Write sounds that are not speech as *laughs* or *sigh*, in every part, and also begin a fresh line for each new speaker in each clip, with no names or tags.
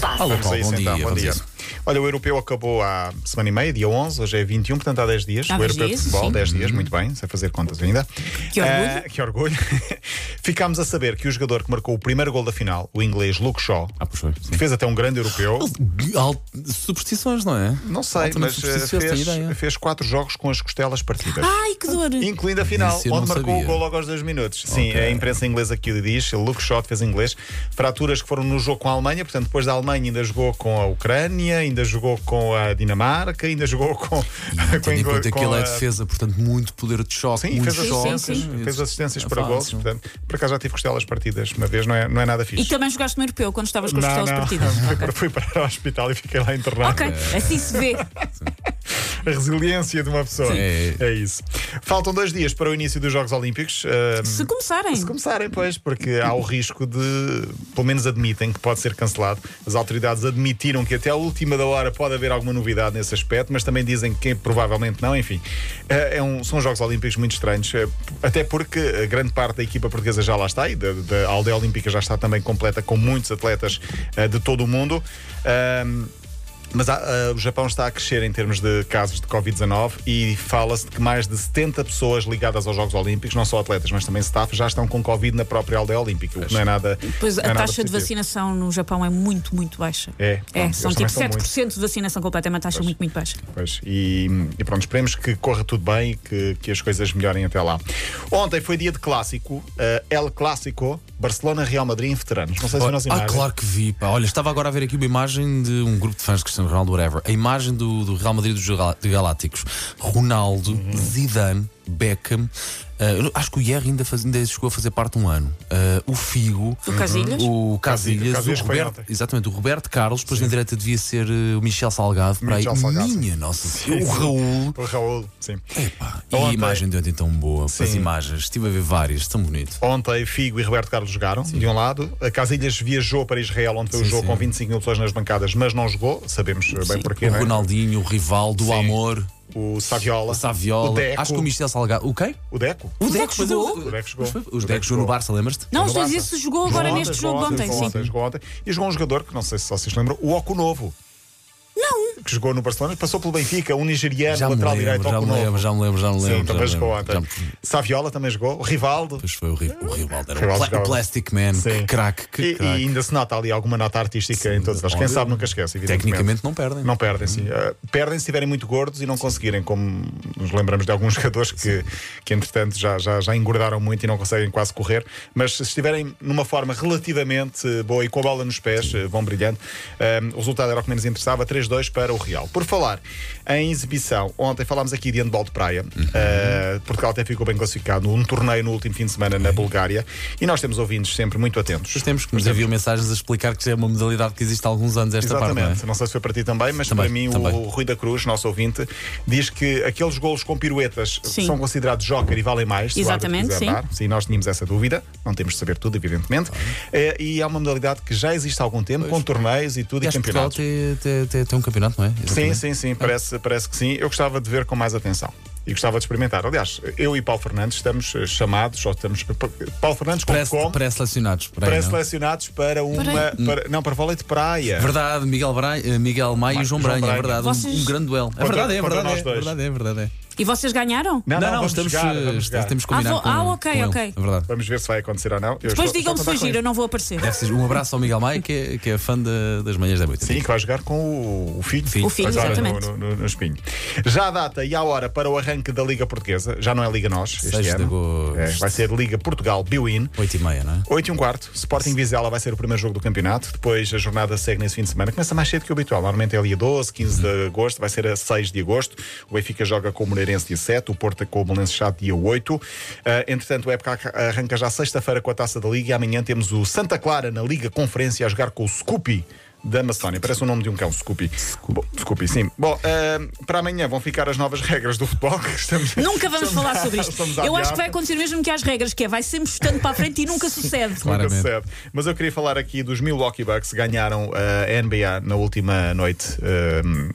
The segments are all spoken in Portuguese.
fácil.
Alô,
Vamos a
Paulo,
isso
bom
então,
dia,
bom
vamos a
dia.
isso.
Olha, o europeu acabou há semana e meia, dia 11, hoje é 21, portanto há 10 dias.
Há
o
dez
europeu
dias,
de futebol,
sim.
10 dias, muito bem, sem fazer contas ainda.
Que orgulho.
Ah, que orgulho. *laughs* Ficámos a saber que o jogador que marcou o primeiro gol da final, o inglês Luke Shaw,
Ah, pois foi.
que fez até um grande europeu.
Al- Superstições, não é?
Não sei,
Altamente
mas eh,
supersticioso, tenho ideia.
*laughs* fez, fez quatro jogos com as costelas partidas.
Ai, que dor!
Incluindo a final,
Isso eu
onde
não
marcou o
sabia.
gol logo aos dois minutos. Sim, a imprensa inglesa aqui o diz, Luke Shaw fez inglês, fraturas que foram no jogo com a Alemanha, portanto, depois da Alemanha ainda jogou com a Ucrânia, ainda jogou com a Dinamarca, ainda jogou com, *laughs* com a
Tendo em
Ingl-
conta que
com
ele é
a-
defesa, portanto, muito poder de choque,
Sim,
muito
fez
choque.
assistências,
sim, sim.
fez assistências
É
para
fácil.
gols, portanto, por acaso já tive costelas partidas uma vez, não é, não é nada fixe.
E também jogaste no europeu quando estavas com as
não,
costelas
não, *laughs* fui,
partidas.
para- fui para o hospital e fiquei lá internado.
Ok, *laughs* assim se vê.
A resiliência de uma pessoa.
Sim.
É, isso. Faltam dois dias para o início dos Jogos Olímpicos. Ah,
Se começarem.
Se começarem, pois, porque há o risco de, pelo menos admitem que pode ser cancelado. As autoridades admitiram que até a última da hora pode haver alguma novidade nesse aspecto, mas também dizem que provavelmente não, enfim. Eh, É um, são Jogos Olímpicos muito estranhos, eh, até porque a grande parte da equipa portuguesa já lá está e da, da aldeia olímpica já está também completa com muitos atletas eh, de todo o mundo. Ahm, mas há, ah, o Japão está a crescer em termos de casos de Covid-19 e fala-se de que mais de 70 pessoas ligadas aos Jogos Olímpicos, não só atletas, mas também staff, já estão com Covid na própria aldeia olímpica, o que não é nada.
Pois
não é
a
nada
taxa de
positivo.
vacinação no Japão é muito, muito baixa.
É, pronto,
são
eles
tipo
também são
7% de vacinação completa, é uma taxa muito, muito baixa.
Pois, e, e pronto, esperemos que corra tudo bem e que, que as coisas melhorem até lá. Ontem foi dia de clássico, eh, El Clássico, Barcelona-Real Madrid em veteranos. Não sei se
Olha,
nós
ah,
imagens.
claro que vi. Pá. Olha, estava agora a ver aqui uma imagem de um grupo de fãs de Cristiano Ronaldo, whatever. A imagem do, do Real Madrid dos Galá- de Galácticos. Ronaldo,
Uhum.
Zidane, Beckham. ah, eu não- acho que o Hierro ainda, faz- ainda chegou a fazer parte um ano. Ah, o Figo.
O Casilhas?
O Casilhas.
Casilhas
o
foi
Roberto,
ontem.
exatamente, o Roberto Carlos. Depois na direita devia ser ah, o Michel Salgado. para aí.
Michel Salgado, sim.
Minha nossa
Sim,
senhora. O
sim.
Raul.
O Raul, sim.
Epá, e a
Ontem-
imagem de ontem tão boa. As
Sim.
imagens. Estive a ver várias. Tão bonito.
Ontem Figo e Roberto Carlos jogaram, de um lado. A Casilhas viajou para Israel, onde foi o
Sim,
jogo
sim.
com 25 mil pessoas nas bancadas, mas não jogou. Sabemos eh, bem porquê,
O
não é?
Ronaldinho, o rival do amor.
O Saviola.
O Saviola.
O Deco.
Acho que o Michel Salgado. O quem?
O Deco.
O
Deco
mas eu-
jogou?
O Deco jogou.
Mas foi-
O
Os
Deco
Decos jogou no
jogou.
Barça, lembras-te?
Não, os
Barça.
dois, esse jogou agora
Jogou
neste
ontem,
jogo de
jogou
ontem,
jogou
sim.
ontem, jogou ontem. E jogou um jogador que não sei se vocês se lembram, o Oco Novo. Não. Que jogou no Barcelona, passou pelo Benfica, um nigeriano,
Já me
lateral
lembro,
direito
já
Oco
me lembro,
Novo.
já me lembro, já me
Sim,
lembro. já me
também jogou
lembro.
ontem.
Já me-
Saviola também jogou. O Rivaldo.
Pois foi o, Ri- o Rivaldo. Era
Rivaldo
o, pla-
jogava.
o Plastic Man.
Sim.
Que craque, que
E, e
craque.
ainda se nota ali alguma nota artística em todos nós. Quem
olha,
sabe nunca esquece, evidentemente.
Tecnicamente não perdem. Uhum.
Não perdem, sim. Ah, perdem se estiverem muito gordos e não conseguirem, como nos lembramos de alguns *laughs* jogadores que, que entretanto, já, já, já engordaram muito e não conseguem quase correr. Mas se estiverem numa forma relativamente eh, boa e com a bola nos pés, eh, vão brilhando. Ah, o resultado era o que menos interessava, 3-2 para o Real. Por falar em exibição, ontem falámos aqui de handball de praia.
Uhum.
Ah, Portugal até ficou bem classificado num torneio no último fim de semana na Bulgária. E nós temos ouvintes sempre muito atentos.
Depois temos que nos enviam mensagens a explicar que isso é uma modalidade que existe há alguns anos esta
Exatamente.
parte. é?
não, sei se foi para ti também, mas
Também,
para mim
também.
o Rui da Cruz, nosso ouvinte, diz que aqueles golos com piruetas
Sim.
são considerados joker e valem mais. se o árbitro
Exatamente,
quiser
sim.
dar. Sim, nós tínhamos essa dúvida. Não temos de saber tudo, evidentemente. Eh, e é uma modalidade que já existe há algum tempo, com torneios e tudo,
E
e
acho que Portugal
campeonatos.
tem, tem- tem- tem um campeonato, não é?
Sim,
Exatamente.
sim, sim, parece, parece que sim. Eu gostava de ver com mais atenção. E gostava de experimentar. Aliás, eu e Paulo Fernandes estamos eh, chamados, ou estamos. Paulo Fernandes, como, como
Pré- Pré-selecionados. por aí, não é?
pré-selecionados para uma.
Para
para- não, para vôlei de praia.
Verdade, Miguel, Bra... eh, Miguel Maia e João Branco, é
Branco.
verdade. um-
Vocês-
Um grande duelo. É
Contra-
verdade, é
contra
verdade.
nós
É
dois.
verdade, é verdade. é.
E vocês ganharam?
Não, não, vamos
estamos,
jogar,
eh,
vamos jogar.
temos que combinar
Ah, vou- ah,
com-
ok,
com ele.
ok.
É verdade.
Vamos ver se vai acontecer ou não. Eu
Depois
estou-
digam-me se
estou a
foi
contar com
giro, eu
isso.
não vou aparecer.
Deve ser- Um abraço ao Miguel Maia, que é, que é fã de- das manhãs da noite.
Sim, que vai jogar com o, o filho.
Filho. O
filho,
Agora
exatamente.
No, no- no- no espinho. Já a data e a hora para o arranque da Liga Portuguesa. Já não é Liga Nós este
6 de
ano.
agosto.
É, vai ser Liga Portugal Biwin.
8 e meia, não é?
8 e um quarto. Sporting Vizela vai ser o primeiro jogo do campeonato. Depois a jornada segue nesse fim de semana. Começa mais cedo que o habitual. Normalmente é dia 12, 15 de agosto. Vai ser a 6 de agosto. O Benfica joga com o Moreirense dia 7. O Porto com o Belenenses já dia 8. Ah, entretanto, a época arranca já sexta-feira com a Taça da Liga. E amanhã temos o Santa Clara na Liga Conferência a jogar com o Scoopy. Da Macedónia, parece o nome de um cão, Scoopy. Bom, Scoopy, sim. Bom, ah, para amanhã vão ficar as novas regras do futebol. que Estamos...
Nunca vamos
*laughs* estamos
falar
a-
sobre isto.
estamos a
Eu acho que vai
adiar.
acontecer mesmo que há as regras, que é vai sempre chutando para a frente e
*laughs*
nunca sucede.
Claro.
Nunca
Claramente.
sucede. Mas eu queria falar aqui dos Milwaukee Bucks que ganharam eh, a NBA na última noite.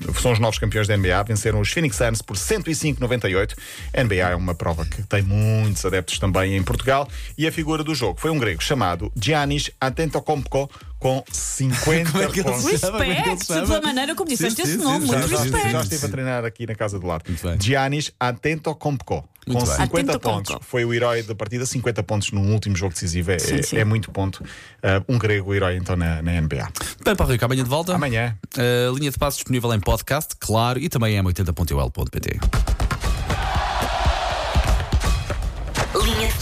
Um, são os novos campeões da NBA, venceram os Phoenix Suns por 105-98. A NBA é uma prova que tem muitos adeptos também em Portugal. E a figura do jogo foi um grego chamado Giannis Antetokounmpo
*laughs*
com 50
Como é que ele
pontos.
se chama? Como é que ele
Respect,
se chama?
pela maneira como disseste
Sim, sim,
esse
sim,
nome.
já-
Muito
já-
já, já
respeito.
esteve a treinar aqui na casa do lado.
Muito bem.
Giannis Atento Compco. Com
Muito bem.
50
Atento
pontos.
Compco.
Foi o herói da partida, 50 pontos num último jogo decisivo. É,
Sim,
é-
sim.
é muito ponto. Ah, um grego herói, então, na, na NBA.
Bem, para Rico, amanhã de volta.
Amanhã.
A linha de passos disponível em podcast, claro, e também em m80.ol.pt.